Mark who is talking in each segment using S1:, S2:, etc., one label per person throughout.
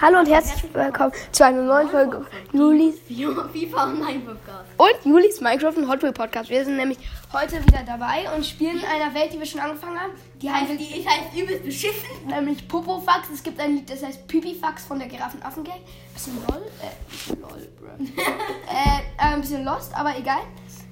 S1: Hallo und herzlich willkommen zu einer neuen Folge Julis
S2: FIFA Online Podcast.
S1: und Julis Minecraft und Hot Wheel Podcast. Wir sind nämlich heute wieder dabei und spielen in einer Welt, die wir schon angefangen haben. Die heißt
S2: Die ich heißt übelst beschissen.
S1: nämlich Popofax. Es gibt ein Lied, das heißt Pipifax von der Giraffenaffengang. Bisschen lol, äh, lol, bruh. äh, ein bisschen lost, aber egal.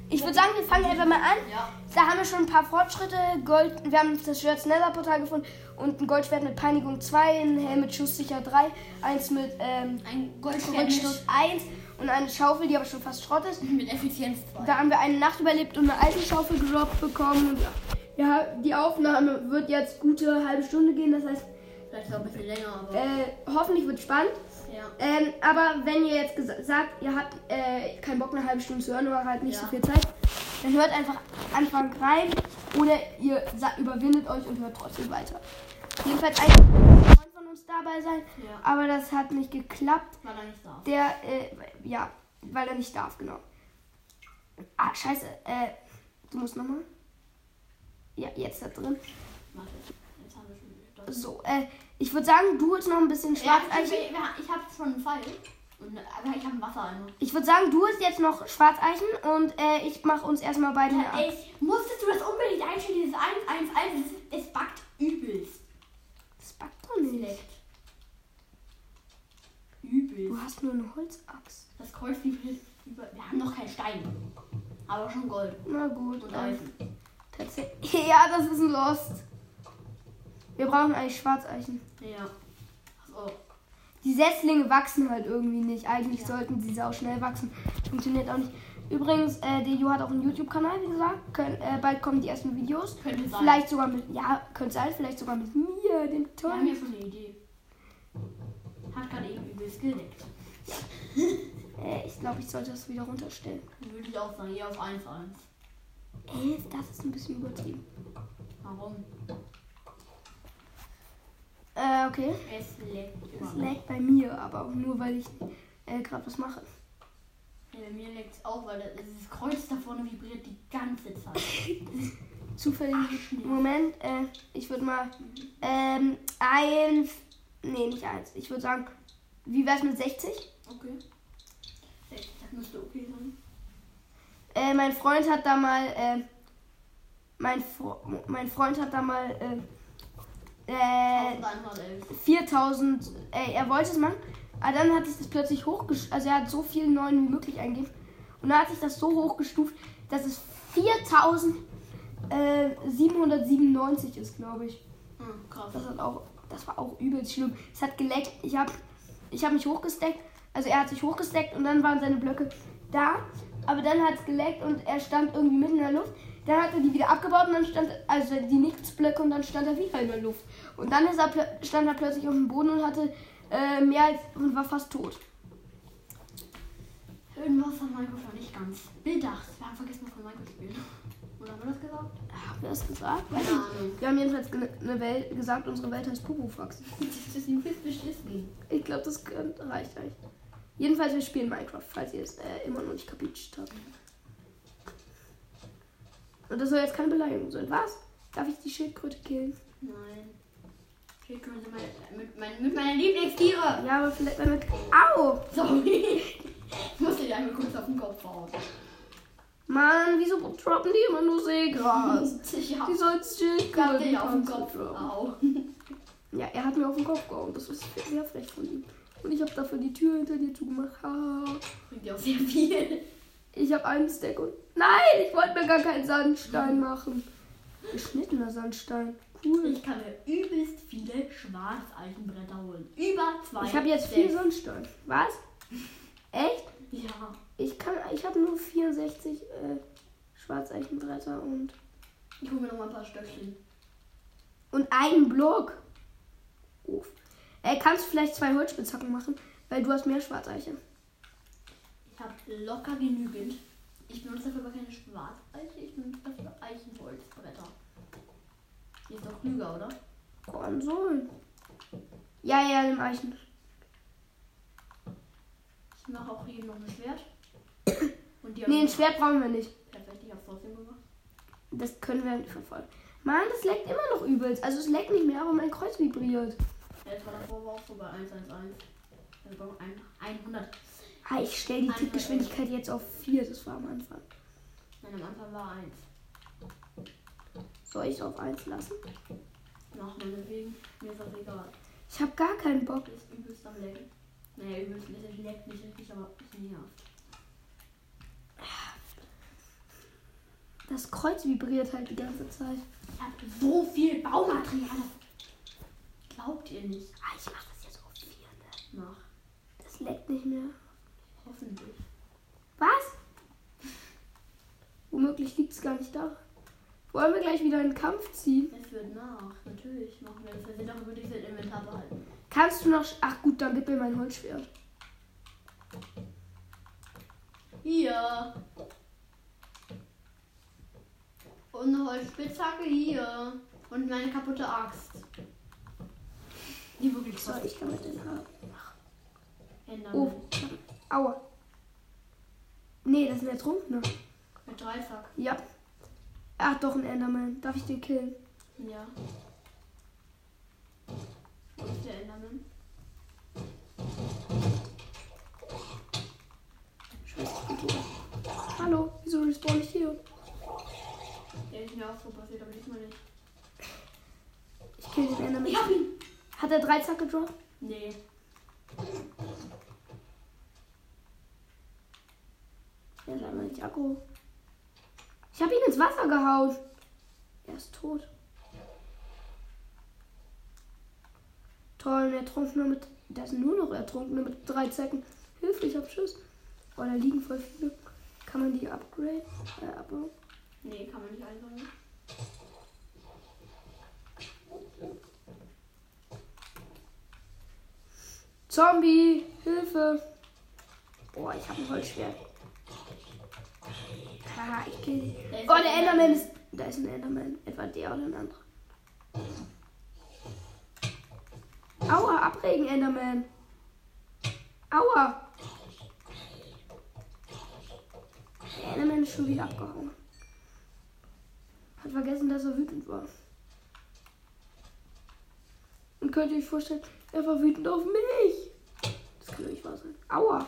S1: Ich würde sagen, wir fangen einfach mal an.
S2: Ja.
S1: Da haben wir schon ein paar Fortschritte. Gold, wir haben das Schwert Nether Portal gefunden und ein Goldschwert mit Peinigung 2, ein Helm mit Schusssicher 3, eins mit ähm,
S2: Ein
S1: Rückstoß
S2: Goldschwert
S1: 1 und eine Schaufel, die aber schon fast Schrott ist.
S2: mit Effizienz 2.
S1: Da haben wir eine Nacht überlebt und eine Eisenschaufel gedroppt bekommen. Und ja, ja, die Aufnahme wird jetzt gute halbe Stunde gehen. Das heißt,
S2: Vielleicht auch ein bisschen länger, aber.
S1: äh, hoffentlich wird spannend.
S2: Ja.
S1: Ähm, aber wenn ihr jetzt gesa- sagt, ihr habt äh, keinen Bock, eine halbe Stunde zu hören oder halt nicht
S2: Ja.
S1: so viel Zeit, dann hört einfach Anfang rein oder ihr sa- überwindet euch und hört trotzdem weiter. Jedenfalls ein Freund von uns dabei sein,
S2: Ja.
S1: aber das hat nicht geklappt.
S2: War da nicht da.
S1: Der, äh, ja, weil er nicht darf, genau. Ah, scheiße, äh, du musst nochmal. Ja, jetzt da drin.
S2: Warte. Jetzt haben wir schon das.
S1: So, äh, ich würde sagen, du holst noch ein bisschen Schwarzeichen.
S2: ich, also- ich hab schon einen Pfeil. Und, aber ich hab ein Wasser an.
S1: Ich würde sagen, du holst jetzt noch Schwarzeichen und äh, ich mache uns erstmal beide eine
S2: Ja,
S1: ab.
S2: ey, musstest du das unbedingt einstellen, dieses 111? Es, es backt übelst.
S1: Das backt doch nicht.
S2: Select. Übelst.
S1: Du hast nur eine Holzaxt.
S2: Das Kreuz liegt über. Wir haben noch keinen Stein. Aber schon Gold.
S1: Na gut,
S2: Und
S1: äh,
S2: Eisen.
S1: tatsächlich. Ja, das ist ein Lost. Wir brauchen eigentlich Schwarzeichen.
S2: Ja. So.
S1: Die Setzlinge wachsen halt irgendwie nicht. Eigentlich
S2: Ja.
S1: sollten sie sau schnell wachsen. Funktioniert auch nicht. Übrigens, äh, der Jo hat auch einen YouTube-Kanal, wie gesagt. Kön äh, bald kommen die ersten Videos.
S2: Könnte sein.
S1: Vielleicht sogar mit, ja, könnte sein, vielleicht sogar mit mir, dem
S2: Wir haben
S1: tollen.
S2: ja schon eine Idee. Hat gerade eben übelst geleckt.
S1: Äh, ich glaube, ich sollte das wieder runterstellen.
S2: Würde ich auch sagen, hier auf 1-1.
S1: Elf, das ist ein bisschen übertrieben.
S2: Warum?
S1: Äh, okay.
S2: Es leckt immer
S1: Das
S2: noch.
S1: lag bei mir, aber auch nur, weil ich äh, gerade was mache.
S2: Ja, bei mir leckt es auch, weil das, dieses Kreuz da vorne vibriert die ganze Zeit.
S1: Zufällig. Moment, äh, ich würde mal.
S2: Mhm.
S1: Ähm, eins. Nee, nicht eins. Ich würde sagen, wie wär's mit 60?
S2: Okay. Das müsste okay sein.
S1: Äh, mein Freund hat da mal, äh, mein, Fro mein Freund hat da mal, äh, äh
S2: 1111.
S1: 4000, äh, er wollte es machen, aber dann hat sich das plötzlich hochgestuft, also er hat so viel neuen wie möglich eingegeben und dann hat sich das so hochgestuft, dass es 4797 ist, glaube ich.
S2: Hm, krass.
S1: Das hat auch, das war auch übelst schlimm. Es hat geleckt. Ich habe ich hab mich hochgesteckt. Also er hat sich hochgesteckt und dann waren seine Blöcke da. Aber dann hat es geleckt und er stand irgendwie mitten in der Luft. Dann hat er die wieder abgebaut und dann stand also die Nichtsblöcke und dann stand er wieder in der Luft. Und dann ist er, plö- stand er plötzlich auf dem Boden und hatte äh, mehr als und war fast tot.
S2: Irgendwas hat Minecraft noch nicht ganz bedacht. Wir haben vergessen, was wir Minecraft spielen. Oder haben wir das gesagt?
S1: Haben wir das gesagt? Weiß
S2: Keine
S1: nicht.
S2: Ahnung.
S1: Wir haben jedenfalls ge- eine Welt gesagt, unsere Welt heißt Popofax.
S2: Das ist übelst beschissen.
S1: Ich glaube, das könnt- reicht eigentlich. Jedenfalls, wir spielen Minecraft, falls ihr es äh, immer noch nicht kapiert habt. Und das soll jetzt keine Beleidigung sein. Was? Darf ich die Schildkröte killen?
S2: Nein. Hier können Sie meine, mit, mein, mit meiner Lieblingstiere.
S1: Ja, aber vielleicht damit. Au!
S2: Sorry. Ich musste dir einmal kurz auf den Kopf hauen.
S1: Mann, wieso droppen die immer nur Seegras?
S2: Ich hab
S1: Die soll
S2: ich hab
S1: Schildkröte
S2: dich auf den Kopf
S1: droppen.
S2: gehauen.
S1: Ja, er hat mir auf den Kopf gehauen. Das ist sehr frech von ihm. Und ich habe dafür die Tür hinter dir zugemacht. Haha.
S2: Bringt dir auch sehr viel.
S1: Ich habe einen Stack und. Nein, ich wollte mir gar keinen Sandstein machen. Geschnittener Sandstein. Cool.
S2: Ich kann mir übelst viele Schwarzeichenbretter holen. Über zwei.
S1: Ich habe jetzt vier
S2: Stacks.
S1: Sonnenstein. Was? Echt?
S2: Ja.
S1: Ich kann, ich habe nur 64 äh, Schwarzeichenbretter und
S2: Ich hol mir noch mal ein paar Stöckchen.
S1: und einen Block. Uff. Ey, kannst du vielleicht zwei Holzspitzhacken machen, weil du hast mehr Schwarzeiche.
S2: Ich hab locker genügend. Ich benutze dafür aber keine Schwarzeiche. Ich benutze dafür Eichenholzbretter. Ist doch klüger, oder?
S1: Konsolen. Ja, ja, dem Eichen.
S2: Ich mache auch hier noch ein Schwert. Und die
S1: Nee, ein
S2: haben
S1: Schwert brauchen wir nicht.
S2: perfekt. Ich hab's trotzdem gemacht.
S1: Das können wir nicht verfolgen. Mann, das leckt immer noch übelst. Also es leckt nicht mehr, aber mein Kreuz vibriert.
S2: Ja, das war davor war auch vorbei. 1, 1, 1. Also bei ein- 100.
S1: Ah, ich stelle die Tippgeschwindigkeit jetzt auf 4, das war am Anfang.
S2: Nein, am Anfang war 1.
S1: Soll ich es auf 1 lassen?
S2: Mach mal deswegen. Mir ist das egal.
S1: Ich habe gar keinen Bock.
S2: Das ist übelst am Lecken. Naja, übelst ist es leckt nicht richtig, aber ich nervt.
S1: Das Kreuz vibriert halt die ganze Zeit.
S2: Ich hab so viel Baumaterial. Glaubt ihr nicht?
S1: Ah, ich mache das jetzt auf 4, ne?
S2: Mach.
S1: Das leckt nicht mehr.
S2: Hoffentlich.
S1: Was? Womöglich liegt es gar nicht da. Wollen wir gleich wieder in den Kampf ziehen?
S2: Es wird nach. Natürlich machen wir das. Wir sind auch wirklich das Inventar behalten.
S1: Kannst du noch... sch- Ach gut, dann gib mir mein Holzschwert.
S2: Hier. Und eine Holzspitzhacke hier. Und meine kaputte Axt. Die wirklich
S1: Was soll
S2: was
S1: ich damit denn haben?
S2: ändern.
S1: Oh, aua. Nee, das ist ein Ertrunkener.
S2: Mit Dreizack.
S1: Ja. Ach doch, ein Enderman. Darf ich den killen?
S2: Ja. Wo ist der Enderman?
S1: Scheiße, ich bin tot. Hallo, wieso respawn ich hier?
S2: Der ist mir auch so passiert, aber diesmal nicht.
S1: Ich kill den Enderman.
S2: Ich hab ihn!
S1: Hat er drei Zack gedroppt?
S2: Nee.
S1: Er ist einmal nicht Akku. Ich habe ihn ins Wasser gehauen. Er ist tot. Toll, ein Ertrunkener mit. Da sind nur noch Ertrunkene mit drei Zecken. Hilfe, ich hab Schiss. Oh, da liegen voll viele. Kann man die upgrade? Äh, abbauen?
S2: Nee, kann man nicht einsammeln.
S1: Zombie, Hilfe! Boah, ich hab ein Holzschwert. Haha, ich kill dich.
S2: Da ist
S1: Oh,
S2: ein
S1: der Enderman ist. Da ist ein Enderman. Etwa der oder ein anderer. Aua, abregen, Enderman. Aua. Der Enderman ist schon wieder abgehauen. Hat vergessen, dass er wütend war. Und könnt ihr euch vorstellen, er war wütend auf mich. Das kann doch nicht wahr sein. Aua.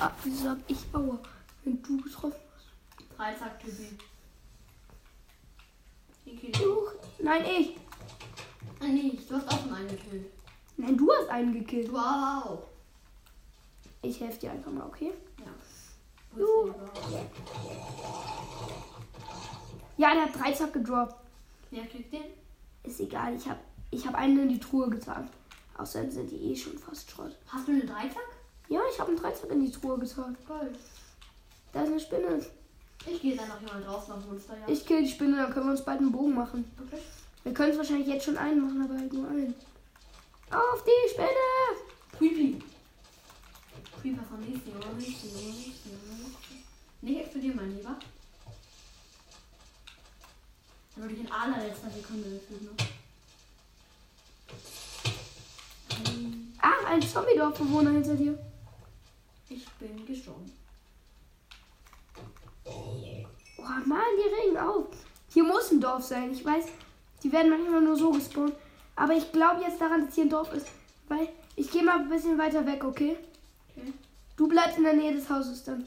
S1: Ah, wieso hab ich Aua, wenn du getroffen hast?
S2: Dreizack-Typi. Den kill ich.
S1: Huch. Nein, ich.
S2: Ah, nee, du hast auch schon einen gekillt.
S1: Nein, du hast einen gekillt.
S2: Du aber auch.
S1: Ich helfe dir einfach mal, okay?
S2: Ja.
S1: Juhu.
S2: Wo ist der überhaupt?
S1: Ja, der hat drei Zack gedroppt.
S2: Wer kriegt den?
S1: Ist egal, ich habe ich hab einen in die Truhe getan. Außerdem sind die eh schon fast Schrott.
S2: Hast du einen Dreizack?
S1: Ja, ich habe einen Dreizack in die Truhe getan.
S2: Gold.
S1: Da ist eine Spinne.
S2: Ich gehe dann noch jemand raus nach Monster, ja.
S1: Ich kill die Spinne, dann können wir uns bald einen Bogen machen.
S2: Okay.
S1: Wir können es wahrscheinlich jetzt schon einen machen, aber halt nur einen. Auf die Spinne!
S2: Creepy. Creeper von nächsten Jahr, nächsten Jahr, nächsten Jahr, nächsten Jahr. Nicht explodieren, mein Lieber. Dann würde ich in allerletzter Sekunde gefühlt ne? noch. Ähm,
S1: Ach, ein Zombie-Dorfbewohner hinter dir.
S2: Ich bin gestorben.
S1: Oh Mann, die regen auf. Hier muss ein Dorf sein. Ich weiß, die werden manchmal nur so gespawnt. Aber ich glaube jetzt daran, dass hier ein Dorf ist. Weil ich gehe mal ein bisschen weiter weg, okay?
S2: Okay.
S1: Du bleibst in der Nähe des Hauses dann.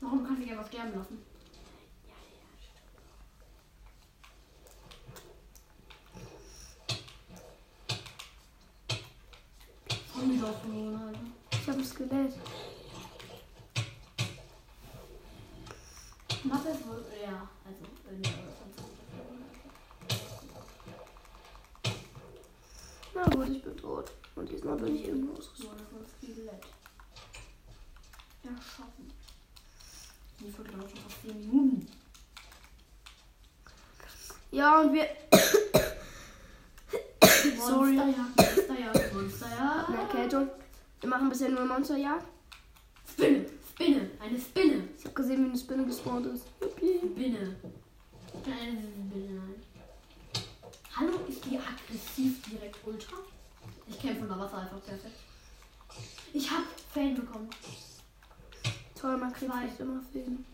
S2: Warum kannst du dich einfach sterben lassen? Zombie-Dorfbewohner, Alter.
S1: Ich habe ein Skelett.
S2: Mathe ist wohl, ja, also, äh, nee, aber sonst-
S1: Na gut, ich bin tot. Und diesmal bin ich irgendwo ausgesucht.
S2: wurde vom Skelett erschaffen. Die vergleicht schon fast 10 Minuten.
S1: Ja, und wir. Sorry.
S2: Monsterjagd, Monsterjagd, Monsterjagd.
S1: Eine Erkältung. Wir machen bisher nur Monsterjagd.
S2: Spinne, Spinne, eine Spinne.
S1: Ich habe gesehen, wie eine Spinne gespawnt ist. Juppie.
S2: Spinne. Eine Spinne. Hallo, ist die aggressiv direkt ultra? Ich kämpfe unter Wasser einfach perfekt. Ich hab Fan bekommen.
S1: Toll, man kriegt
S2: Zwei.
S1: nicht immer Fäden.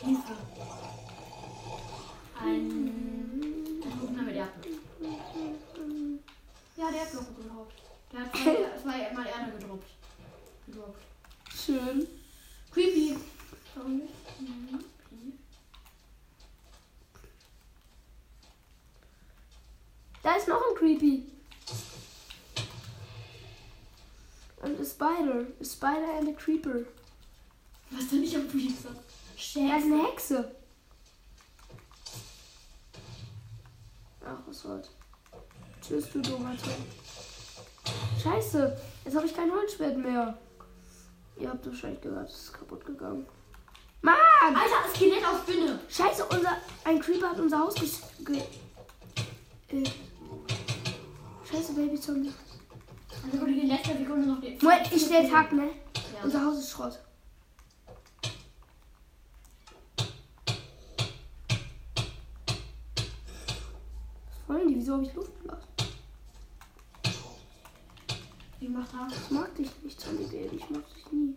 S2: Hilfe. Ein.
S1: Mhm.
S2: Ein Pokémon mit Erdbeeren. Ja, der hat Erdbeeren gedroppt. Der hat zwei- zweimal Erde gedroppt. Gedroppt.
S1: Schön.
S2: Creepy.
S1: Da ist noch ein Creepy. Und a Spider. A Spider and a Creeper.
S2: Was denn nicht am Creepy sagt.
S1: Da ist
S2: Stärken.
S1: eine Hexe. Ach, was soll's. Tschüss, du dummer Typ. Scheiße, jetzt habe ich kein Holzschwert mehr. Ihr habt wahrscheinlich gehört, es ist kaputt gegangen. Mann!
S2: Alter, Skelett auf Spinne.
S1: Scheiße, unser, ein Creeper hat unser Haus ges... Ge äh. Scheiße, Baby Zombie.
S2: Also wurde in letzter Sekunde noch den.
S1: Moment, ich stell jetzt Hack, ne?
S2: Ja. Also,
S1: Unser Haus ist Schrott. Was wollen die? Wieso habe ich Luftblasen?
S2: Wie macht er?
S1: Ich mag dich nicht, Zombie Baby. Ich mag dich nie.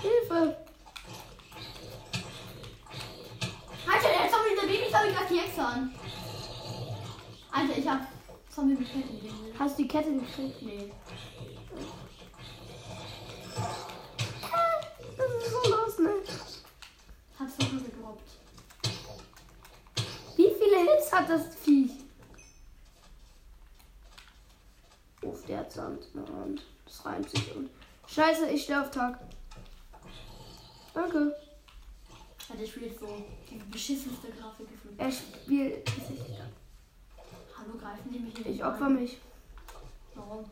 S1: Hilfe!
S2: Alter, der Zombie hinter dem, ich glaube, ich die Hexe an. Alter, ich hab Zombie mit Ketten gesehen.
S1: Hast du die Kette gekriegt?
S2: Nee.
S1: Das ist so los, ne?
S2: Hat's doch nur gedroppt.
S1: Wie viele Hits hat das Viech? Uff, der hat Sand in der Hand. Das reimt sich und. Scheiße, ich stehe auf Tag. Danke.
S2: Alter, ich spiele jetzt so die beschissenste Grafik gefunden.
S1: Er spielt. tatsächlich Tag.
S2: Hallo, greifen die mich nicht
S1: Ich
S2: an?
S1: opfer mich,
S2: Warum?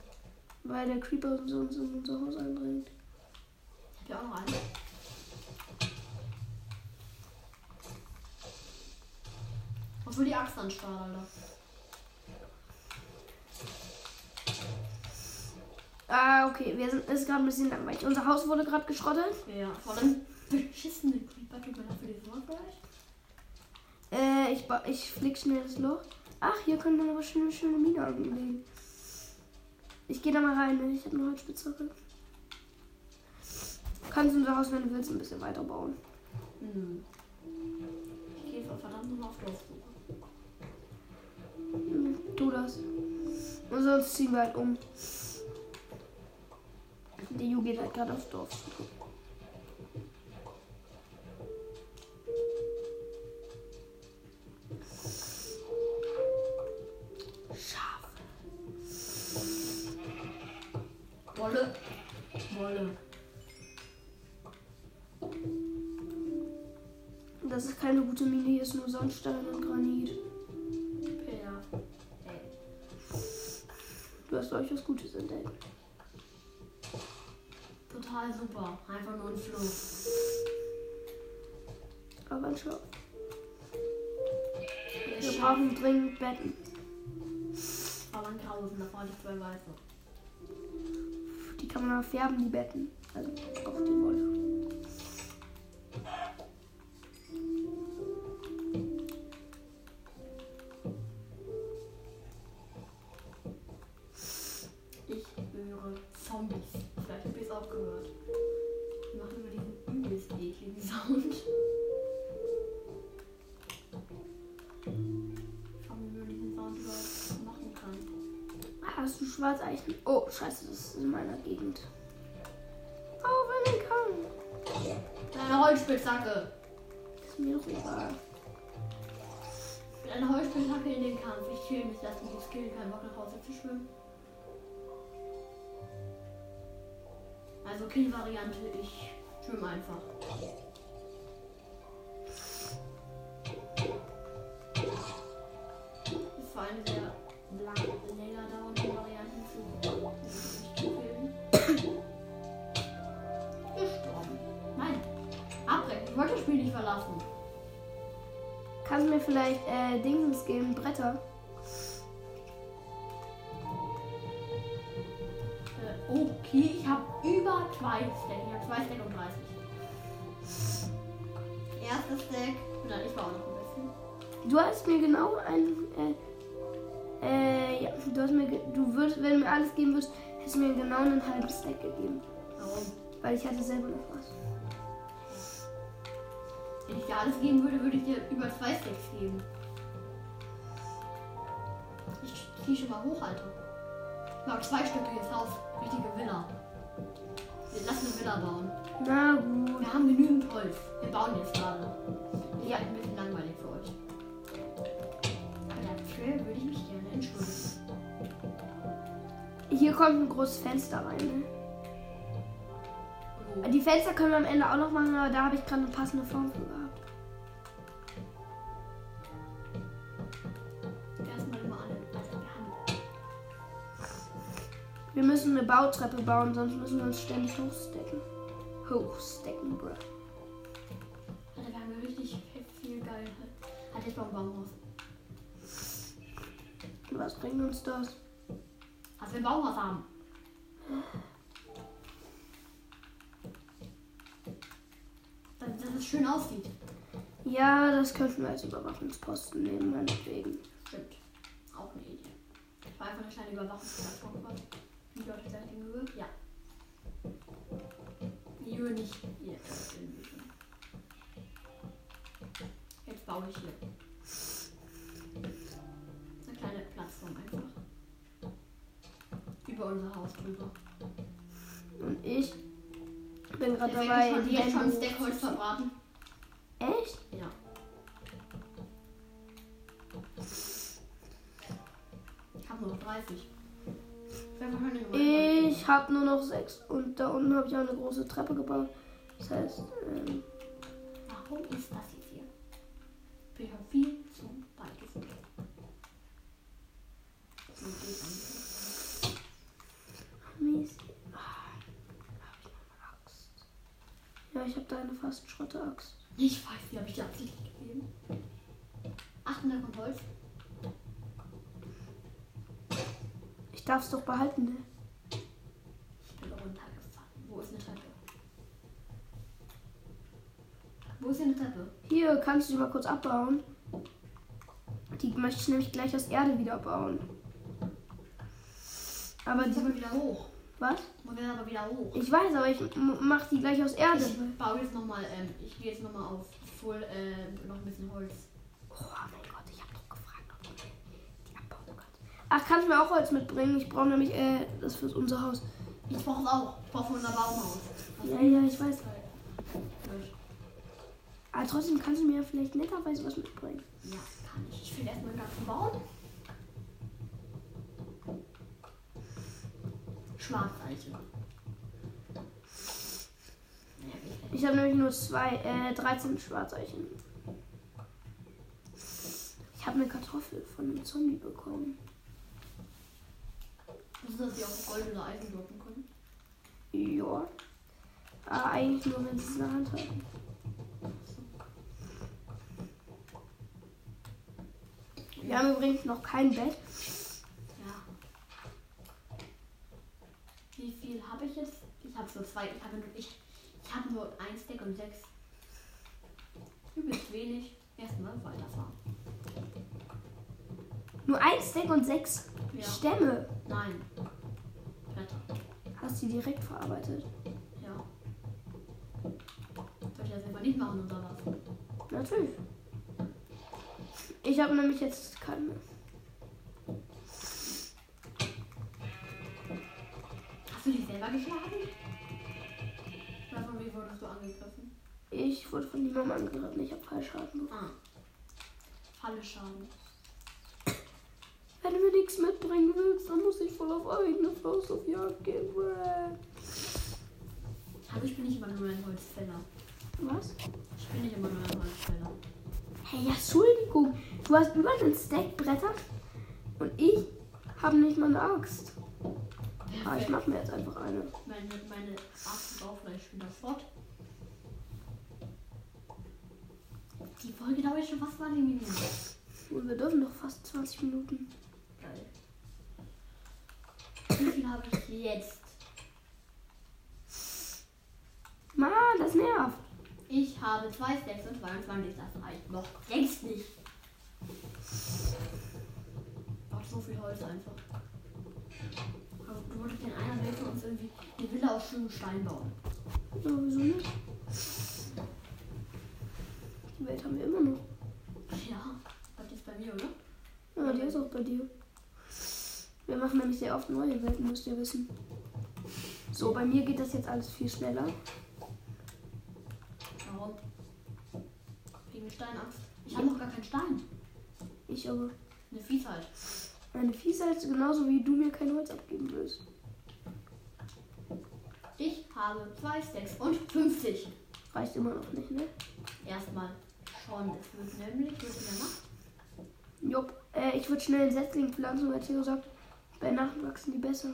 S1: weil der Creeper uns uns in unser Haus eindringt.
S2: Ich hab ja auch noch einen. Obwohl die Axt anstarrt, Alter.
S1: Ah, okay, wir sind. Ist gerade ein bisschen langweilig. Unser Haus wurde gerade geschrottet.
S2: Ja, vor allem beschissenen Creeper. Tut mir leid für dieses Wort vielleicht.
S1: Äh, ich, ba- ich flick schnell das Loch. Ach, hier können wir aber schöne, schöne Mine anlegen. Ich gehe da mal rein, ne? ich habe eine Holzspitzhacke. Kannst unser Haus, wenn du willst, ein bisschen weiter bauen.
S2: Hm. Ich gehe verdammt nochmal auf Dorfsuche.
S1: Hm, tu das. Und sonst ziehen wir halt um. Der Ju geht halt gerade aufs Dorf. Schafe.
S2: Wolle. Wolle.
S1: Das ist keine gute Mine, hier ist nur Sandstein und Granit.
S2: Ja.
S1: Du hast euch was Gutes entdeckt.
S2: Total super. Einfach nur ein Fluss.
S1: Aber ein Schaf. Wir
S2: Ich hab
S1: brauchen dringend Betten.
S2: aber ein Grausen, da vorne zwei weiße.
S1: Die kann man auch färben, die Betten. Also auf den Wolf.
S2: Ich höre Zombies. Vielleicht habt ihr es auch gehört. Die machen immer diesen übelst ekligen Sound. Ich frage mich, wie man diesen Sound überhaupt machen kann.
S1: Ah, hast du Schwarzeichen? Oh, scheiße, das ist in meiner Gegend. Oh, wenn ich kann.
S2: Mit einer Holzspitzhacke.
S1: Ist mir doch egal.
S2: Mit einer Holzspitzhacke in den Kampf. Ich chill mich, lass mich nicht skillen. Kein Bock nach Hause zu schwimmen. Also Kill-Variante. Ich schwimme einfach. Ist vor allem sehr lang, länger dauernde Varianten zu killen. Gestorben. Nein. Abbrechen. Ich wollte das Spiel nicht verlassen.
S1: Kannst du mir vielleicht äh, Dingsens geben, Bretter?
S2: Äh, Okay, ich habe über zwei Stack. Ich habe zwei Stack und 30. Erstes Stack. Nein, ich war auch noch ein bisschen.
S1: Du hast mir genau ein. Äh, äh, ja, du hast mir. ge- Du würdest, wenn du mir alles geben würdest, hättest du mir genau einen halben Stack gegeben.
S2: Warum?
S1: Weil ich hatte selber noch was.
S2: Wenn ich dir alles geben würde, würde ich dir über zwei Stacks geben. Ich ziehe schon mal hoch, Alter. Ich mag zwei Stücke jetzt raus. Richtige Winner. Wir lassen einen Winner bauen.
S1: Na gut.
S2: Wir haben genügend Holz. Wir bauen jetzt gerade. Ja, ein bisschen langweilig für euch. Aber dafür würde ich mich gerne entschuldigen.
S1: Hier kommt ein großes Fenster rein. Ne?
S2: Wo?
S1: Die Fenster können wir am Ende auch noch machen, aber da habe ich gerade eine passende Form für gehabt.
S2: Erstmal immer alle. Also wir haben
S1: Wir müssen eine Bautreppe bauen, sonst müssen wir uns ständig hochstecken. Hochstecken, bruh.
S2: Alter, Also, wir haben richtig viel geil. Hat jetzt mal ein Baumhaus.
S1: Was bringt uns das?
S2: Also wir ein Baumhaus haben. Dass, dass es schön aussieht.
S1: Ja, das könnten wir als Überwachungsposten nehmen, meinetwegen.
S2: Stimmt. Auch eine Idee. Ich war einfach eine kleine Überwachungsplattform. geworden. Die Leute sind in Höhe? Ja. Die Höhe nicht. Hier. in die Höhe. Jetzt baue ich hier. Eine kleine Plattform einfach. Über unser Haus drüber.
S1: Und ich bin gerade
S2: Perfekt,
S1: dabei.
S2: ich habe jetzt schon ein
S1: Bamboo-
S2: Stack Holz verbraten.
S1: Echt?
S2: Ja. Ich habe nur noch 30. Wer verhört den Geräusch?
S1: Ich habe nur noch sechs und da unten habe ich auch eine große Treppe gebaut. Das heißt, ähm,
S2: Warum ist das jetzt hier? Ich habe viel zu weit gefunden. So geht's eigentlich.
S1: mies. Ah, hab ich noch eine Axt. Ja, ich habe da eine fast Schrotte-Axt.
S2: Ich weiß, die habe ich dir absichtlich gegeben. Achten, da kommt Holz.
S1: Ich darf es doch behalten, ne?
S2: Ich bin runtergefahren. Wo ist eine Treppe? Wo ist hier eine Treppe?
S1: Hier, kannst du die mal kurz abbauen? Die möchte ich nämlich gleich aus Erde wieder bauen. Aber
S2: Ich muss
S1: die.
S2: aber wieder hoch.
S1: Was?
S2: Ich muss dann aber wieder hoch.
S1: Ich weiß, aber ich m- mach die gleich aus Erde.
S2: Ich baue jetzt nochmal, ähm, ich gehe jetzt nochmal auf voll, äh, noch ein bisschen Holz.
S1: Oh mein Gott, ich habe doch gefragt, ob du die oh abbauen kannst. Ach, kannst du mir auch Holz mitbringen? Ich brauche nämlich, äh, das für unser Haus.
S2: Ich brauche es auch. Ich brauche unser Baumhaus.
S1: Ja, ja, ich weiß.
S2: Gut.
S1: Aber trotzdem kannst du mir vielleicht netterweise was mitbringen.
S2: Ja, kann ich. Ich will erstmal einen ganzen Baum. Schwarzeiche. Naja, wie-
S1: Ich habe nämlich nur zwei, äh, 13 Schwarzeichen. Ich habe eine Kartoffel von einem Zombie bekommen.
S2: Wusstest du, dass die auch Gold oder Eisen droppen können?
S1: Ja. Aber eigentlich nur, wenn sie es in der Hand haben. Wir haben übrigens noch kein Bett.
S2: Ja. Wie viel habe ich jetzt? Ich habe nur zwei. Ich habe nur, ich, ich hab nur ein Stack und sechs. Übelst wenig. Erstmal weiterfahren.
S1: Nur ein Stack und sechs
S2: Ja.
S1: Stämme.
S2: Nein. Blätter.
S1: Hast du direkt verarbeitet?
S2: Ja. Soll ich das einfach nicht machen oder was?
S1: Natürlich. Ich habe nämlich jetzt keinen mehr.
S2: Hast du dich selber geschlagen? Oder von wem wurdest du angegriffen?
S1: Ich wurde von niemandem angegriffen. Ich habe Fallschaden bekommen.
S2: Ah. Falle Schaden.
S1: Wenn du mir nichts mitbringen willst, dann muss ich voll auf eigene Faust auf Jagd gehen. Bäh.
S2: Also ich bin nicht immer nur ein Holzfäller.
S1: Was?
S2: Ich bin nicht immer nur ein Holzfäller.
S1: Hey, ja, Entschuldigung. Du hast über den Stack Bretter und ich habe nicht mal eine Axt. Aber Ah, ich mache mir jetzt einfach eine.
S2: Meine, meine Acht ist auch vielleicht wieder fort. Die Folge dauert schon fast mal eine Minute.
S1: Und wir dürfen doch fast 20 Minuten.
S2: Geil. Wie viel habe ich jetzt?
S1: Mann, das nervt.
S2: Ich habe 2 Stacks und 22, das reicht noch längst nicht. Braucht so viel Holz einfach. Aber du wolltest in einer Welt von uns irgendwie eine Villa aus schönem Stein bauen.
S1: Sowieso nicht. Welt haben wir immer noch.
S2: Ja, das ist bei mir, oder?
S1: Ja, die ist auch bei dir. Wir machen nämlich sehr oft neue Welten, müsst ihr wissen. So, bei mir geht das jetzt alles viel schneller.
S2: Warum? Wegen Steinaxt. Ich habe noch gar keinen Stein.
S1: Ich aber.
S2: Eine Vielfalt.
S1: Meine Viehsalze, genauso wie du mir kein Holz abgeben willst.
S2: Ich habe zwei Stacks und 50.
S1: Reicht immer noch nicht, ne?
S2: Erstmal schon. Es wird nämlich, was in der Nacht.
S1: Jupp. Äh, ich würde schnell einen Setzling pflanzen, weil Theo sagt, bei Nacht wachsen die besser.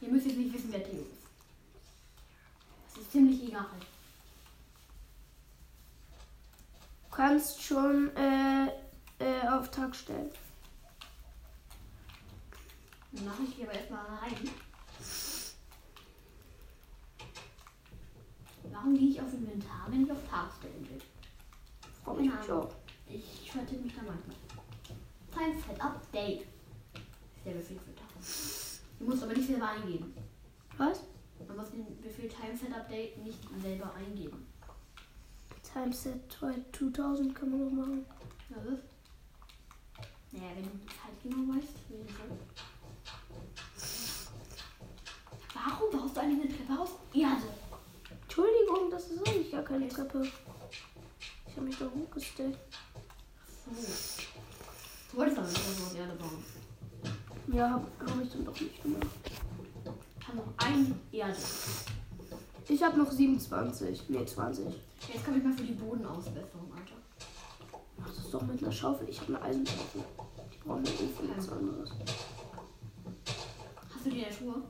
S2: Ihr müsst jetzt nicht wissen, wer Theo ist. Das ist ziemlich egal.
S1: Du kannst schon äh, äh, auf Tag stellen.
S2: Dann mache ich hier aber erstmal rein. Warum gehe ich auf Inventar, wenn ich auf Tag stellen will?
S1: Frau mich mich auch.
S2: Ich vertippe mich da manchmal. Time Set Update. Ist der Befehl für Tag. Du musst aber nicht selber eingeben.
S1: Was?
S2: Man muss den Befehl Time Set Update nicht selber eingeben.
S1: Timeset 2000 kann man noch machen.
S2: Was ist? Naja, wenn du die Zeit genau weißt, wie das ist. Warum baust du eigentlich eine Treppe aus Erde?
S1: Entschuldigung, das ist eigentlich gar keine Treppe. Ich habe mich da hochgestellt.
S2: So. Du wolltest aber nicht Treppe aus Erde bauen.
S1: Ja, hab, hab ich dann doch nicht gemacht.
S2: Ich habe noch ein Erde.
S1: Ich habe noch 27. Nee, 20.
S2: Jetzt komme ich mal für die Bodenausbesserung, Alter.
S1: Mach das doch mit einer Schaufel. Ich habe eine Eisenschaufel. Die brauchen wir eh für nichts anderes.
S2: Hast du dir deine Schuhe?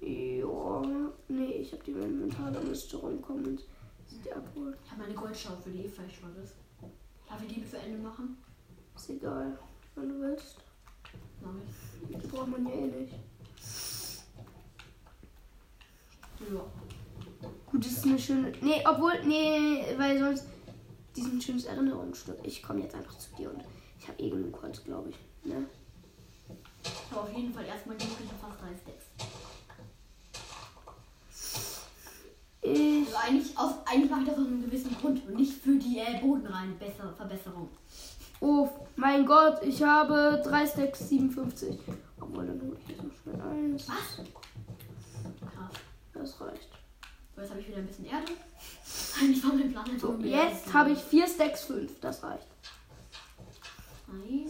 S1: Ja, nee, ich habe die im Inventar. Da müsste rumkommen und sie dir abholen.
S2: Ich habe meine Goldschaufel, die eh falsch war das. Darf ich die zu Ende machen?
S1: Ist egal, wenn du willst.
S2: Mach ich.
S1: Die braucht man ja eh nicht.
S2: Ja.
S1: Gut, das ist eine schöne. Nee, obwohl, nee, weil sonst. Die sind ein schönes Erinnerungsstück. Ich komme jetzt einfach zu dir und ich habe eh genug Holz, glaube ich. Ne?
S2: Ich habe auf jeden Fall erstmal die Küche fast drei Stacks.
S1: Ich.
S2: Also eigentlich, aus, eigentlich mache ich das aus einem gewissen Grund und nicht für die äh, Bodenrein besser, Verbesserung.
S1: Oh mein Gott, ich habe 3 Stacks 57. Obwohl, dann hole ich jetzt noch schnell eins.
S2: Was? Krass.
S1: Das reicht.
S2: So, jetzt habe ich wieder ein bisschen Erde. Eigentlich war mein Plan jetzt
S1: So,
S2: irgendwie-
S1: jetzt habe ich 4 Stacks 5. Das reicht.
S2: Nein.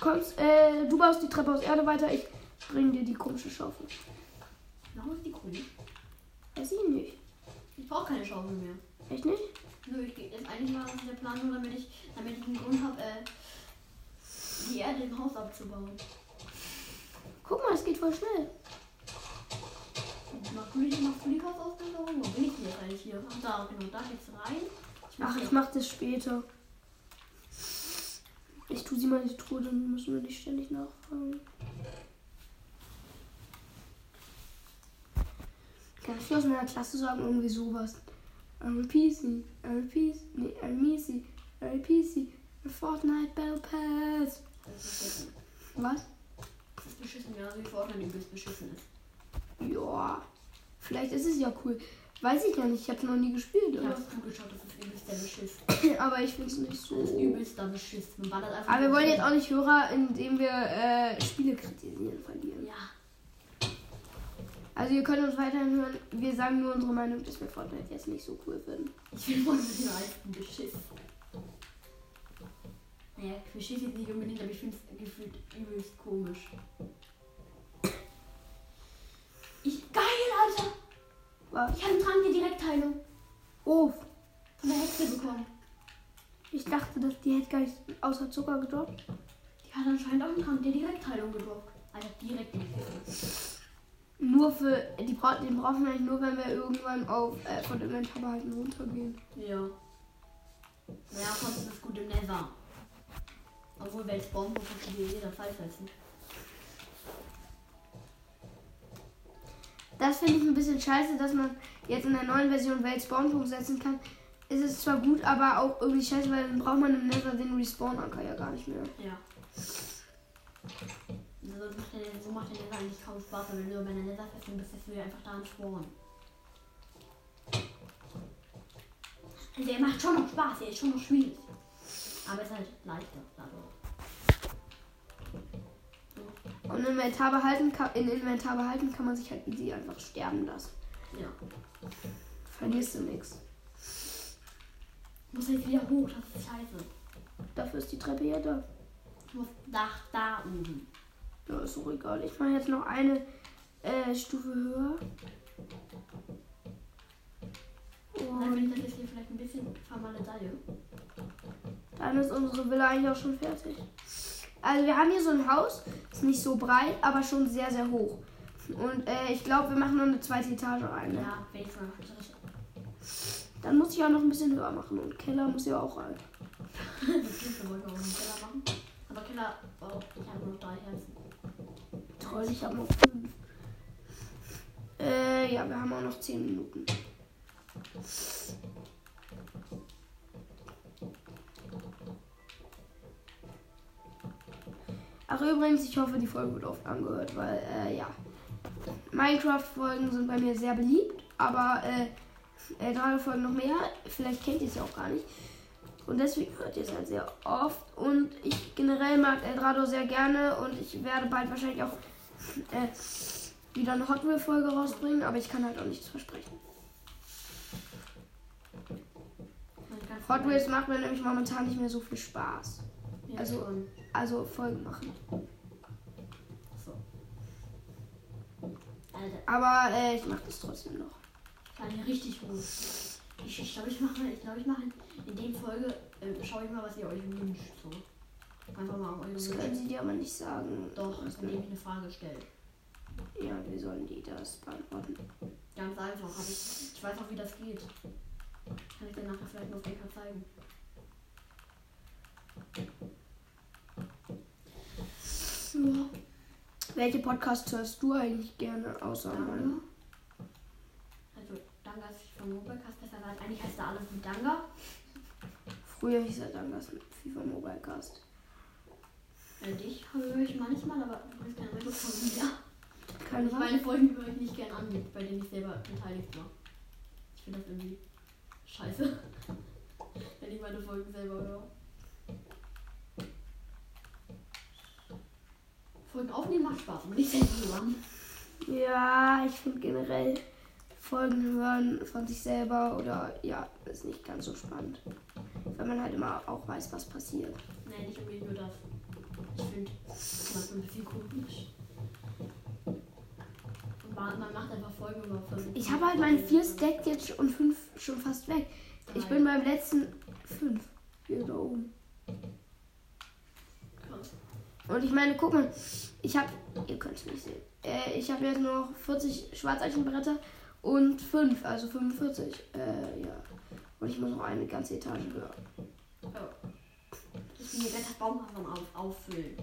S1: Kommst, äh, du baust die Treppe aus Erde weiter. Ich bring dir die komische Schaufel.
S2: Warum ist die grün?
S1: Weiß ich nicht.
S2: Ich brauche keine Schaufel mehr.
S1: Echt nicht?
S2: Nö, ich gehe jetzt eigentlich mal der Plan, nur damit ich, damit ich einen Grund habe, äh, die Erde im Haus abzubauen.
S1: Guck mal, es geht voll schnell.
S2: Machst du nicht machst du die Kaufausbesserung? Wo bin ich denn jetzt eigentlich hier? Ach da, genau, da geht's rein.
S1: Ach, ich mach das später. Ich tue sie mal in die Truhe, dann müssen wir nicht ständig nachfragen. Kann ich aus meiner Klasse sagen, irgendwie sowas. I'm a PC, I'm a PC, nee, I'm a Missy, I'm a PC, a Fortnite Battle Pass.
S2: Das ist beschissen.
S1: Was?
S2: Das ist beschissen, genauso wie Fortnite übelst beschissen ist.
S1: Ja, vielleicht ist es ja cool. Weiß ich gar nicht, ich habe noch nie gespielt,
S2: Ich
S1: oder?
S2: hab's zugeschaut, das ist übelst der Beschiss.
S1: aber ich finde es nicht so.
S2: Das ist übelster Beschiss. Man ballert einfach.
S1: Aber wir wollen jetzt auch nicht Hörer, indem wir äh, Spiele kritisieren, verlieren.
S2: Ja,
S1: Also ihr könnt uns weiterhin hören. Wir sagen nur unsere Meinung, dass wir Fortnite jetzt nicht so cool finden.
S2: ich will wohl mit den alten Beschiss. Naja, Beschiss jetzt nicht unbedingt, aber ich find's gefühlt übelst komisch. Ich, geil, Alter!
S1: Was?
S2: Ich habe dran die Direktteilung
S1: Oh,
S2: von der Hexe bekommen.
S1: ich dachte, dass die hätte gar nicht außer Zucker gedroppt.
S2: Die hat anscheinend auch einen Trank der Direktteilung gedruckt. Also direkt in die Kiste.
S1: Nur für, die brauchen, den brauchen wir eigentlich nur, wenn wir irgendwann auf, äh, von Inventar behalten runtergehen.
S2: Ja. Naja, kommt das gut im Nether. Obwohl, welches Bomben kann die jeder Fall setzen.
S1: Das finde ich ein bisschen scheiße, dass man jetzt in der neuen Version Welt Spawnpunkt setzen kann. Ist es zwar gut, aber auch irgendwie scheiße, weil dann braucht man im Nether den Respawn-Anker ja gar nicht mehr.
S2: Ja. So macht der, so macht der Nether eigentlich kaum Spaß, wenn du nur bei der Nether-Festung bist, dass du ja einfach da spawnen. Also er macht schon noch Spaß, er ist schon noch schwierig. Aber es ist halt leichter dadurch.
S1: Und Inventar behalten kann, in Inventar behalten kann man sich halt easy einfach sterben lassen.
S2: Ja.
S1: Verlierst du nichts.
S2: Muss jetzt wieder hoch, das ist scheiße.
S1: Dafür ist die Treppe ja da.
S2: Ich muss nach da oben.
S1: Ja, ist doch egal. Ich mache jetzt noch eine äh, Stufe höher.
S2: Dann
S1: Und
S2: bin ich das jetzt hier vielleicht ein bisschen vermaledeie.
S1: dann ist unsere Villa eigentlich auch schon fertig. Also wir haben hier so ein Haus, ist nicht so breit, aber schon sehr, sehr hoch. Und äh, ich glaube, wir machen noch eine zweite Etage rein. Ne?
S2: Ja, wenigstens noch eine dritte.
S1: Dann muss ich auch noch ein bisschen höher machen. Und Keller muss ja auch rein.
S2: Das Kiste wollte ich auch im Keller machen. Aber Keller, oh, ich habe nur drei Herzen.
S1: Toll, ich habe noch fünf. Äh, ja, wir haben auch noch zehn Minuten. Ach übrigens, ich hoffe, die Folge wird oft angehört, weil, äh, ja. Minecraft-Folgen sind bei mir sehr beliebt, aber, äh, Eldrado-Folgen noch mehr. Vielleicht kennt ihr es ja auch gar nicht. Und deswegen hört ihr es halt sehr oft. Und ich generell mag Eldrado sehr gerne und ich werde bald wahrscheinlich auch äh, wieder eine Hot Wheel-Folge rausbringen, aber ich kann halt auch nichts versprechen.
S2: Man kann-
S1: Hot Wheels macht mir nämlich momentan nicht mehr so viel Spaß.
S2: Ja,
S1: also-
S2: schon.
S1: Also Folgen machen.
S2: So. Alter,
S1: Aber äh, ich mache das trotzdem noch.
S2: ich war hier richtig gut. Ich, ich glaube, ich mache mal, ich glaube, ich mache in dem Folge, äh, schaue ich mal, was ihr euch wünscht. So. Einfach mal um eure
S1: Das
S2: Wünsche.
S1: können sie dir aber nicht sagen.
S2: Mhm. Doch,
S1: Das
S2: indem ich eine Frage stelle.
S1: Ja, wie sollen die das beantworten?
S2: Ganz einfach. Hab ich, ich weiß auch, wie das geht. Kann ich dir nachher vielleicht noch Enker zeigen. Ja.
S1: Welche Podcasts hörst du eigentlich gerne außer
S2: Danga.
S1: meinem?
S2: Also, Danga ist von Robekas besser gesagt. Eigentlich heißt da alles mit Danga.
S1: Früher hieß er dann das FIFA Mobile Cast.
S2: Äh, dich höre ich manchmal, aber du bist kein Rekord von mir.
S1: Keine
S2: Ich
S1: Ahnung.
S2: meine Folgen höre ich nicht gern an, bei denen ich selber beteiligt war. Ich finde das irgendwie scheiße. Wenn ich meine Folgen selber höre. Folgen aufnehmen macht Spaß und nicht selber hören.
S1: Ja, ich finde generell Folgen hören von sich selber oder ja, ist nicht ganz so spannend. Wenn man halt immer auch weiß, was passiert.
S2: Nee, nicht unbedingt nur das. Ich finde das manchmal ein bisschen komisch. Und man, man macht einfach Folgen über Folgen.
S1: Ich habe halt meine vier Stack jetzt sch- und fünf schon fast weg. Ich bin beim letzten fünf. Hier da oben. Und ich meine, guck mal, ich habe, ihr könnt es nicht sehen, äh, ich habe jetzt nur noch 40 Schwarzeichenbretter und 5, also 45. Äh, ja. Und ich muss noch eine ganze Etage höher.
S2: Ich will den ganzen Baumhafen auf, auffüllen.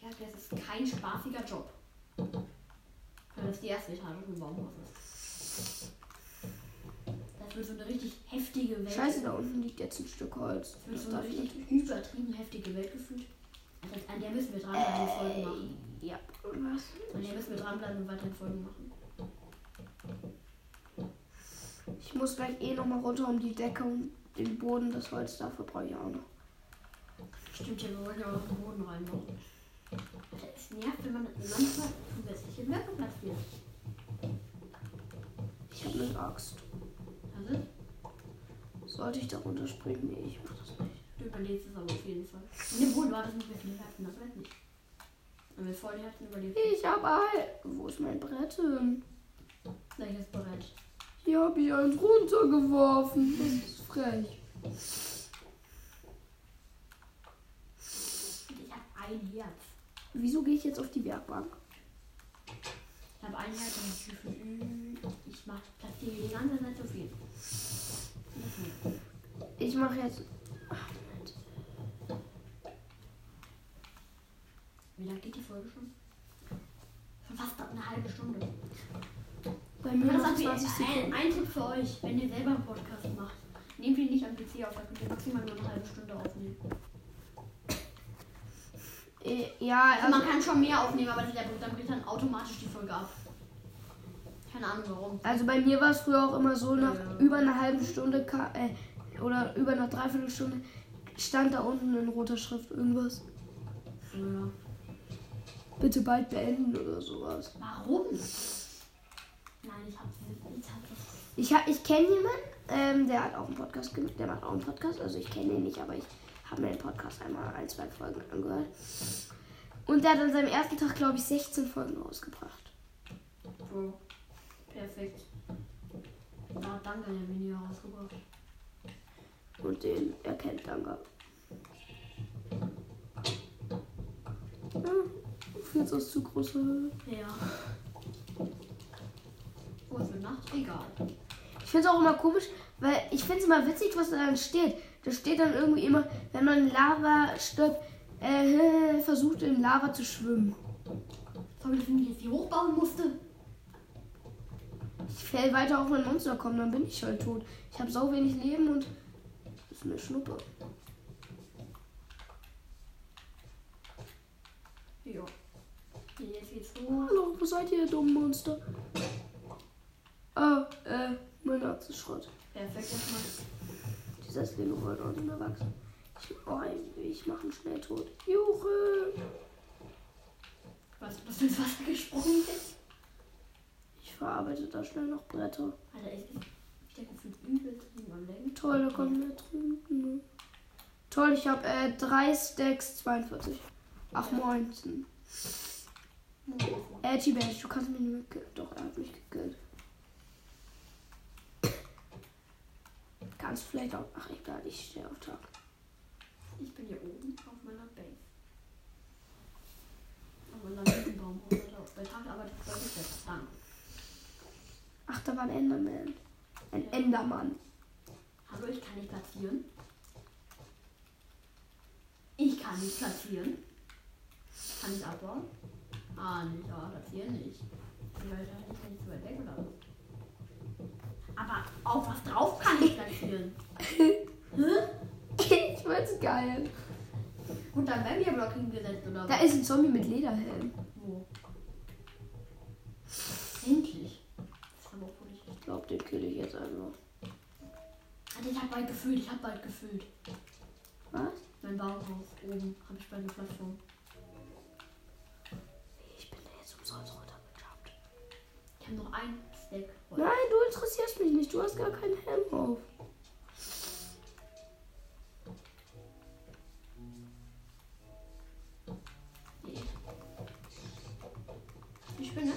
S2: Ja, das ist kein spaßiger Job. Weil das die erste Etage vom Baumhaus ist. Das wird so eine richtig heftige Welt.
S1: Scheiße, da unten liegt jetzt ein Stück Holz.
S2: Das wird
S1: Das
S2: so eine
S1: darf ich nicht.
S2: richtig übertrieben heftige Welt gefühlt. Also an der müssen wir dranbleiben und Folgen machen.
S1: Ja. Was?
S2: An der müssen wir dranbleiben und weiterhin Folgen machen.
S1: Ich muss gleich eh nochmal runter um die Decke und den Boden, das Holz dafür brauche ich auch noch.
S2: Stimmt ja, wir wollen ja auch den Boden reinmachen. Alter, Es nervt, wenn man manchmal zusätzliche Blöcke platziert.
S1: Ich habe eine Axt.
S2: Also,
S1: Sollte ich da runterspringen? Nee, ich mach das nicht.
S2: Du überlebst es aber auf jeden Fall. In dem Boden war das nicht mehr viele Herzen, das weiß nicht. Wenn wir voll die Herzen überlebt,
S1: Ich habe ein. Wo ist mein Brett hin?
S2: sei ich jetzt bereit.
S1: Hier habe ich eins runtergeworfen. Das ist frech.
S2: Und Ich habe ein Herz.
S1: Wieso gehe ich jetzt auf die Werkbank?
S2: Ich habe ein Herz und ich fühle, mm, ich mach, platziere die ganze Zeit zu viel. Nicht mehr.
S1: Ich mache jetzt. Ach, Moment.
S2: Wie lange geht die Folge schon? Schon fast eine halbe Stunde.
S1: Bei
S2: Ja,
S1: mir
S2: das
S1: noch
S2: sagt mir-
S1: 20
S2: ein,
S1: Sekunden.
S2: ein Tipp für euch, wenn ihr selber einen Podcast macht, nehmt ihn nicht am PC auf, da könnt ihr maximal nur eine halbe Stunde aufnehmen.
S1: Äh, Ja,
S2: Also
S1: also,
S2: man
S1: Äh,
S2: Also kann schon mehr aufnehmen, aber das- dann bricht dann automatisch die Folge ab. Keine Ahnung warum.
S1: Also bei mir war es früher auch immer so, nach
S2: Ja.
S1: über einer halben Stunde ka- äh, oder über einer Dreiviertelstunde stand da unten in roter Schrift irgendwas.
S2: Früher.
S1: Bitte bald beenden oder sowas.
S2: Warum? Nein, ich hab, ich hab das.
S1: Ich, ha- ich kenne jemanden, ähm, der hat auch einen Podcast gemacht. Der macht auch einen Podcast. Also ich kenne ihn nicht, aber ich habe mir den Podcast einmal ein, zwei Folgen angehört. Und der hat an seinem ersten Tag, glaube ich, 16 Folgen rausgebracht.
S2: Bro. Perfekt. Da hat Danke ein Video rausgebracht.
S1: Und den erkennt Danga. Ja, fühlt aus zu große Höhe.
S2: Ja. Oh, es wird Nacht? Egal.
S1: Ich finde es auch immer komisch, weil ich finde es immer witzig, was da dann steht. Da steht dann irgendwie immer, wenn man in Lava stirbt, äh, versucht in Lava zu schwimmen.
S2: Soll ich mir jetzt hier hochbauen musste?
S1: Ich fäll weiter auf mein Monster kommen, dann bin ich halt tot. Ich habe so wenig Leben und das ist eine Schnuppe.
S2: Ja. Hier, Jetzt geht's hoch.
S1: Hallo, wo seid ihr, ihr dummen Monster? Ah, äh, mein Arzt ist Schrott.
S2: Perfekt erstmal.
S1: Dieser Slingo wollte auch nicht mehr wachsen. Ich, oh, ich mache ihn schnell tot. Juche!
S2: Weißt du, dass du ins Wasser gesprungen bist?
S1: Ich verarbeite da schnell noch Bretter.
S2: Alter, ich, ich stecke gefühlt übel drin beim Lenken.
S1: Toll, da kommt mehr trinken. Hm. Toll, ich habe äh, drei Stacks 42. Ach, 19. Äh, T-Bash, du kannst mich nicht mitgehen. Doch, er hat mich gekillt. Kannst du vielleicht auch. Ach, egal, ich stehe auf Tag.
S2: Ich bin hier oben auf meiner Base. Auf meiner Riesenbaum. Bei Tag arbeitet es deutlich besser. Danke.
S1: Ach, da war ein Enderman. Ein Endermann.
S2: Hallo, ich kann nicht platzieren. Ich kann nicht platzieren. Kann ich abbauen? Ah, nicht, aber platzieren nicht. Die Leute ich kann nicht so weit weg oder was? Aber auf was drauf kann ich platzieren.
S1: ich find's geil.
S2: Gut, dann werden wir Block hingesetzt oder
S1: Da
S2: was?
S1: ist ein Zombie mit Lederhelm.
S2: Wo? Endlich. Das haben wir auch wohl nicht
S1: Ich glaube, den kill ich jetzt einfach.
S2: Alter, ich hab Ah, bald gefüllt, ich hab bald gefüllt.
S1: Was?
S2: Mein Bauhaus oben habe ich bei der Plattform.
S1: Ich bin da jetzt umsonst runtergejumpt.
S2: Ich habe noch ein Stack. Holz.
S1: Nein, du interessierst mich nicht. Du hast gar keinen Helm auf.
S2: Nee. Die Spinne?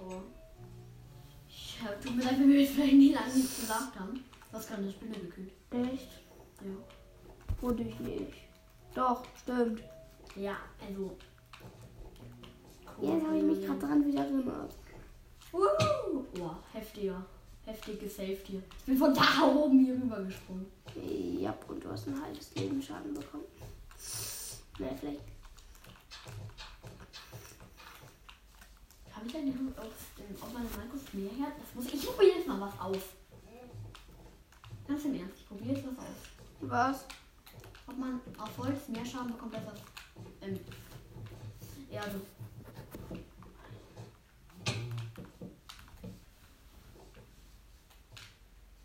S2: Oh. Ich hab, tut mir leid, wenn wir jetzt vielleicht nicht lange nichts gesagt haben. Was kann eine Spinne gekühlt?
S1: Echt?
S2: Ja.
S1: Wurde ich nicht. Doch, stimmt.
S2: Ja, also.
S1: Jetzt habe ich mich gerade dran wieder erinnert.
S2: Wuhu! Boah, heftiger. Heftiges Safety. Ich bin von da oben hier rüber gesprungen.
S1: Ja, und du hast ein halbes Leben Schaden bekommen. Na, vielleicht.
S2: Habe ich eigentlich auf, dem- auf meinem Markus Meerherd? Das muss ich. Ich probiere jetzt mal was aus. Ganz im Ernst, ich probiere jetzt was aus.
S1: Was?
S2: Ob man auf Holz mehr Schaden bekommt als auf ähm, Erde.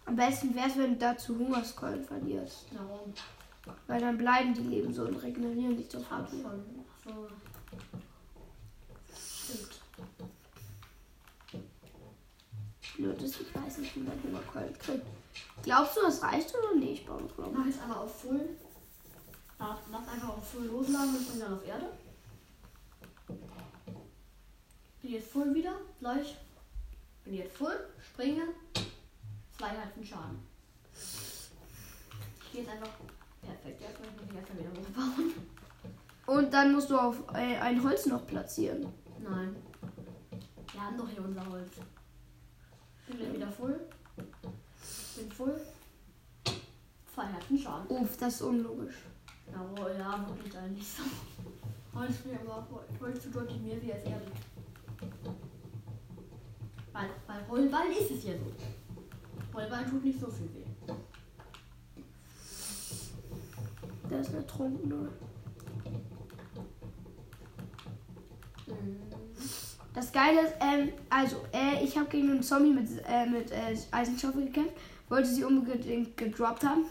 S1: Am besten wäre es, wenn du dazu Hungerskeulen verlierst.
S2: Darum.
S1: Weil dann bleiben die Leben so und regenerieren sich sofort
S2: Hab
S1: wieder.
S2: schon. So. Stimmt.
S1: Blöd ist, ich weiß nicht, wie man Hungerkeulen kriegt. Glaubst du, das reicht oder nee? Ich baue noch
S2: Ich
S1: Glauben.
S2: mache jetzt einmal auf Full. Lass lass einfach auf Full losladen und bring dann auf Erde. Bin jetzt Full wieder. Gleich. Bin jetzt Full. Springe. Zwei halben Schaden. Ich gehe jetzt einfach. Perfekt. Jetzt muss ich mich erstmal wieder hochbauen.
S1: Und dann musst du auf äh, ein Holz noch platzieren.
S2: Nein. Wir haben doch hier unser Holz. Bin jetzt wieder Full. Bin Full. Zwei halben Schaden.
S1: Uff, das ist unlogisch.
S2: Jawohl, ja, wirklich da nicht so. Heute ist mir aber heute zu deutlich mehr wie als Erde. Weil bei Rollball ist es ja so. Rollball tut nicht so viel weh.
S1: der ist ertrunken, oder? Das Geile ist, ähm, also, äh, ich habe gegen einen Zombie mit, äh, mit äh, Eisenschaufel gekämpft, wollte sie unbedingt gedroppt haben,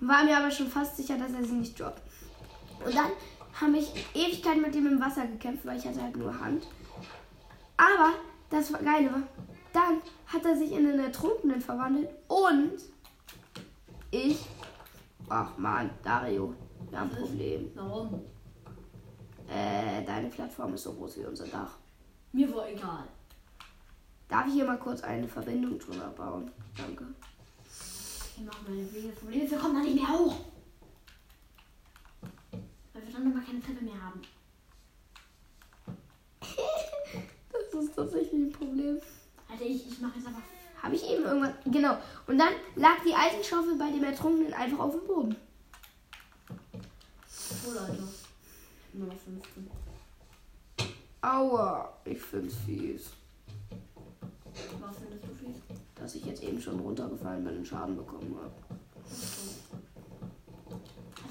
S1: war mir aber schon fast sicher, dass er sie nicht droppt. Und dann habe ich Ewigkeiten mit ihm im Wasser gekämpft, weil ich hatte halt nur Hand. Aber das Geile war, dann hat er sich in einen Ertrunkenen verwandelt und ich. Ach man, Dario, wir haben ein Problem.
S2: Warum?
S1: Äh, deine Plattform ist so groß wie unser Dach.
S2: Mir war egal.
S1: Darf ich hier mal kurz eine Verbindung drüber bauen? Danke.
S2: Ich mach meine Wege Probleme. Wir kommen da nicht mehr hoch. Weil wir dann nochmal keine Treppe mehr haben.
S1: Das ist tatsächlich ein Problem.
S2: Alter, Also ich, ich mache jetzt einfach.
S1: Habe ich eben irgendwas. Genau. Und dann lag die Eisenschaufel bei dem Ertrunkenen einfach auf dem Boden.
S2: Oh, Leute. Nur noch 15.
S1: Aua, ich find's fies.
S2: Was findest du viel?
S1: Dass ich jetzt eben schon runtergefallen bin und Schaden bekommen habe.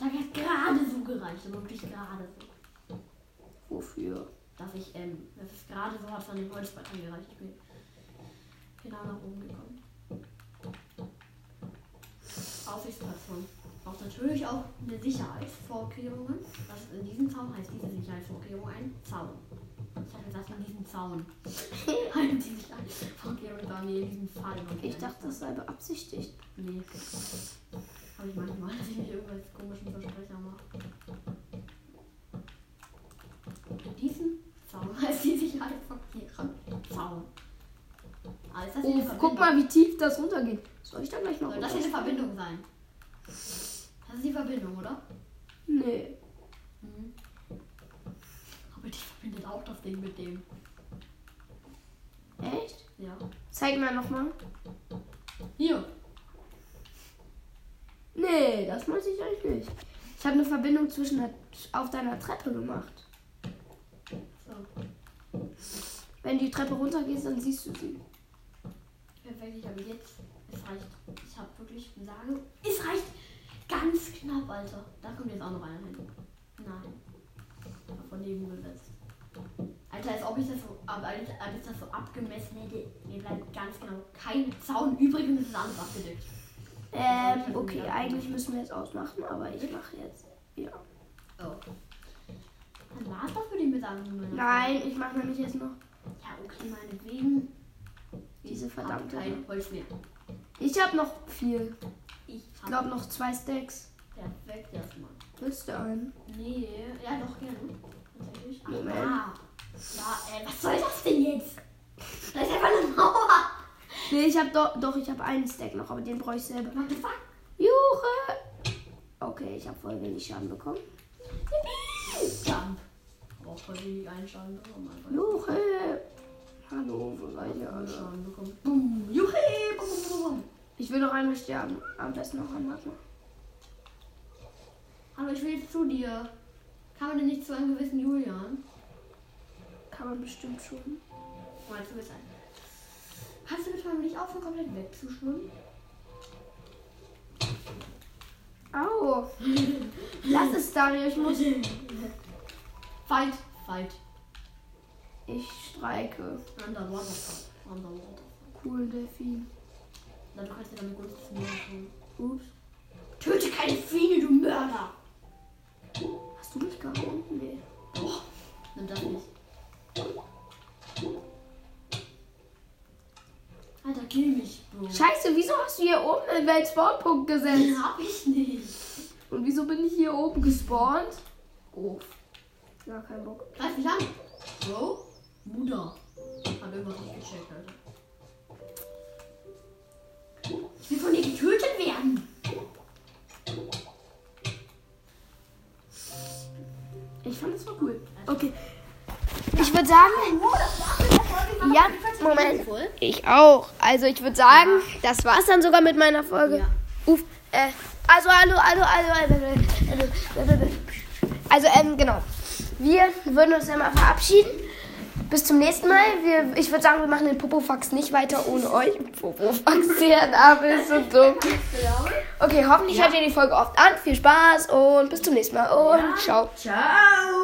S2: Alter, hat gerade so gereicht. aber Wirklich gerade so.
S1: Wofür?
S2: Dass ich, ähm, das ist gerade so hat von den Holzbrettern gereicht. Ich bin genau nach oben gekommen. Aufsichtsplattform. Braucht natürlich auch eine Sicherheitsvorkehrungen. Was in diesem Zaun heißt, diese Sicherheitsvorkehrung ein Zaun. Ich hatte das in diesem Zaun. Eine Sicherheitsvorkehrung war mir in diesem Fall.
S1: Ich dachte, das sei beabsichtigt.
S2: Nee. Habe ich manchmal, dass ich mich irgendwelche komischen Versprecher mache. In diesem Zaun heißt die Sicherheitsvorkehrung Zaun. Ah, ist das hier
S1: Oh,
S2: eine
S1: guck
S2: Verbindung?
S1: mal, wie tief das runtergeht. Soll ich da gleich noch
S2: Soll das hier eine Verbindung sein? Das ist die Verbindung, oder?
S1: Nee.
S2: Mhm. Aber die verbindet auch das Ding mit dem.
S1: Echt?
S2: Ja.
S1: Zeig mal nochmal.
S2: Hier.
S1: Nee, das muss ich euch nicht. Ich habe eine Verbindung zwischen der, auf deiner Treppe gemacht.
S2: So.
S1: Wenn die Treppe runtergehst, dann siehst du sie.
S2: Perfekt, ich habe jetzt. Es reicht. Ich habe wirklich sage. Es reicht! Ganz knapp, Alter. Da kommt jetzt auch noch einer hin. Nein. Aber Von neben gesetzt. Alter, als ob ich das so, ab- als, als ich das so abgemessen hätte, mir bleibt ganz genau kein Zaun übrig und es ist alles abgedeckt.
S1: Ähm, okay, eigentlich müssen wir jetzt ausmachen, aber ich mache jetzt. Ja.
S2: Oh. Dann war es das für die Mitsammlung.
S1: Nein, ich mache nämlich jetzt noch
S2: Ja, okay, meinetwegen.
S1: diese
S2: Ich hab
S1: verdammte.
S2: kein Holz mehr.
S1: Ich habe noch viel.
S2: Ich
S1: Ich
S2: hab
S1: glaube noch zwei Stacks.
S2: perfekt erstmal.
S1: Willst du einen?
S2: Nee, ja doch gerne. Tatsächlich. Ach,
S1: Moment.
S2: Ah. Ja, ey, was soll das denn jetzt? Da ist einfach eine Mauer.
S1: Nee, ich habe doch, doch, ich habe einen Stack noch, aber den brauche ich selber.
S2: What the fuck?
S1: Juche! Okay, ich habe voll wenig Schaden bekommen.
S2: Jump. Aber auch voll Oh wenig einen Schaden bekommen. Einfach
S1: Juche! Hallo, wo seid ihr
S2: einen
S1: alle?
S2: Schaden bekommen. Boom. Juhi. Bum, bum, bum, bum.
S1: Ich will noch einmal sterben. Am besten noch einmal.
S2: Hallo, ich will jetzt zu dir. Kann man denn nicht zu einem gewissen Julian?
S1: Kann man bestimmt schon.
S2: Mal zu sein. Kannst du bitte mal nicht aufhören, komplett wegzuschwimmen?
S1: Au! Lass es, Dario, ich muss.
S2: Fight. Fight.
S1: Ich streike.
S2: Underwater. Fight. Underwater.
S1: Cool, Delfin.
S2: Na, du kannst ja damit gut zu mir kommen.
S1: Ups.
S2: Töte keine Fiene, du Mörder!
S1: Hast du mich gehauen? Nee.
S2: Doch, nimm das nicht. Alter, kill mich, Bro.
S1: Scheiße, wieso hast du hier oben einen Weltspawnpunkt gesetzt?
S2: Den hab ich nicht.
S1: Und wieso bin ich hier oben gespawnt? Oh. Ja, kein Bock.
S2: Greif mich an. Bro? Muda. Hat irgendwas nicht gecheckt, Alter. Ich will von dir getötet werden.
S1: Ich fand es war cool. Okay. Ich würde sagen. Ja, Moment. Ich auch. Also ich würde sagen, das war's dann sogar mit meiner Folge.
S2: Ja.
S1: Uff. Äh, also, hallo, hallo, hallo, hallo, hallo, hallo. Also, ähm, genau. Wir würden uns dann mal verabschieden. bis zum nächsten Mal. Wir, ich würde sagen, wir machen den Popofax nicht weiter ohne euch. Popofax, der Name ist so dumm. Okay, hoffentlich hört ihr die Folge oft an. Viel Spaß und bis zum nächsten Mal und ciao.
S2: Ciao.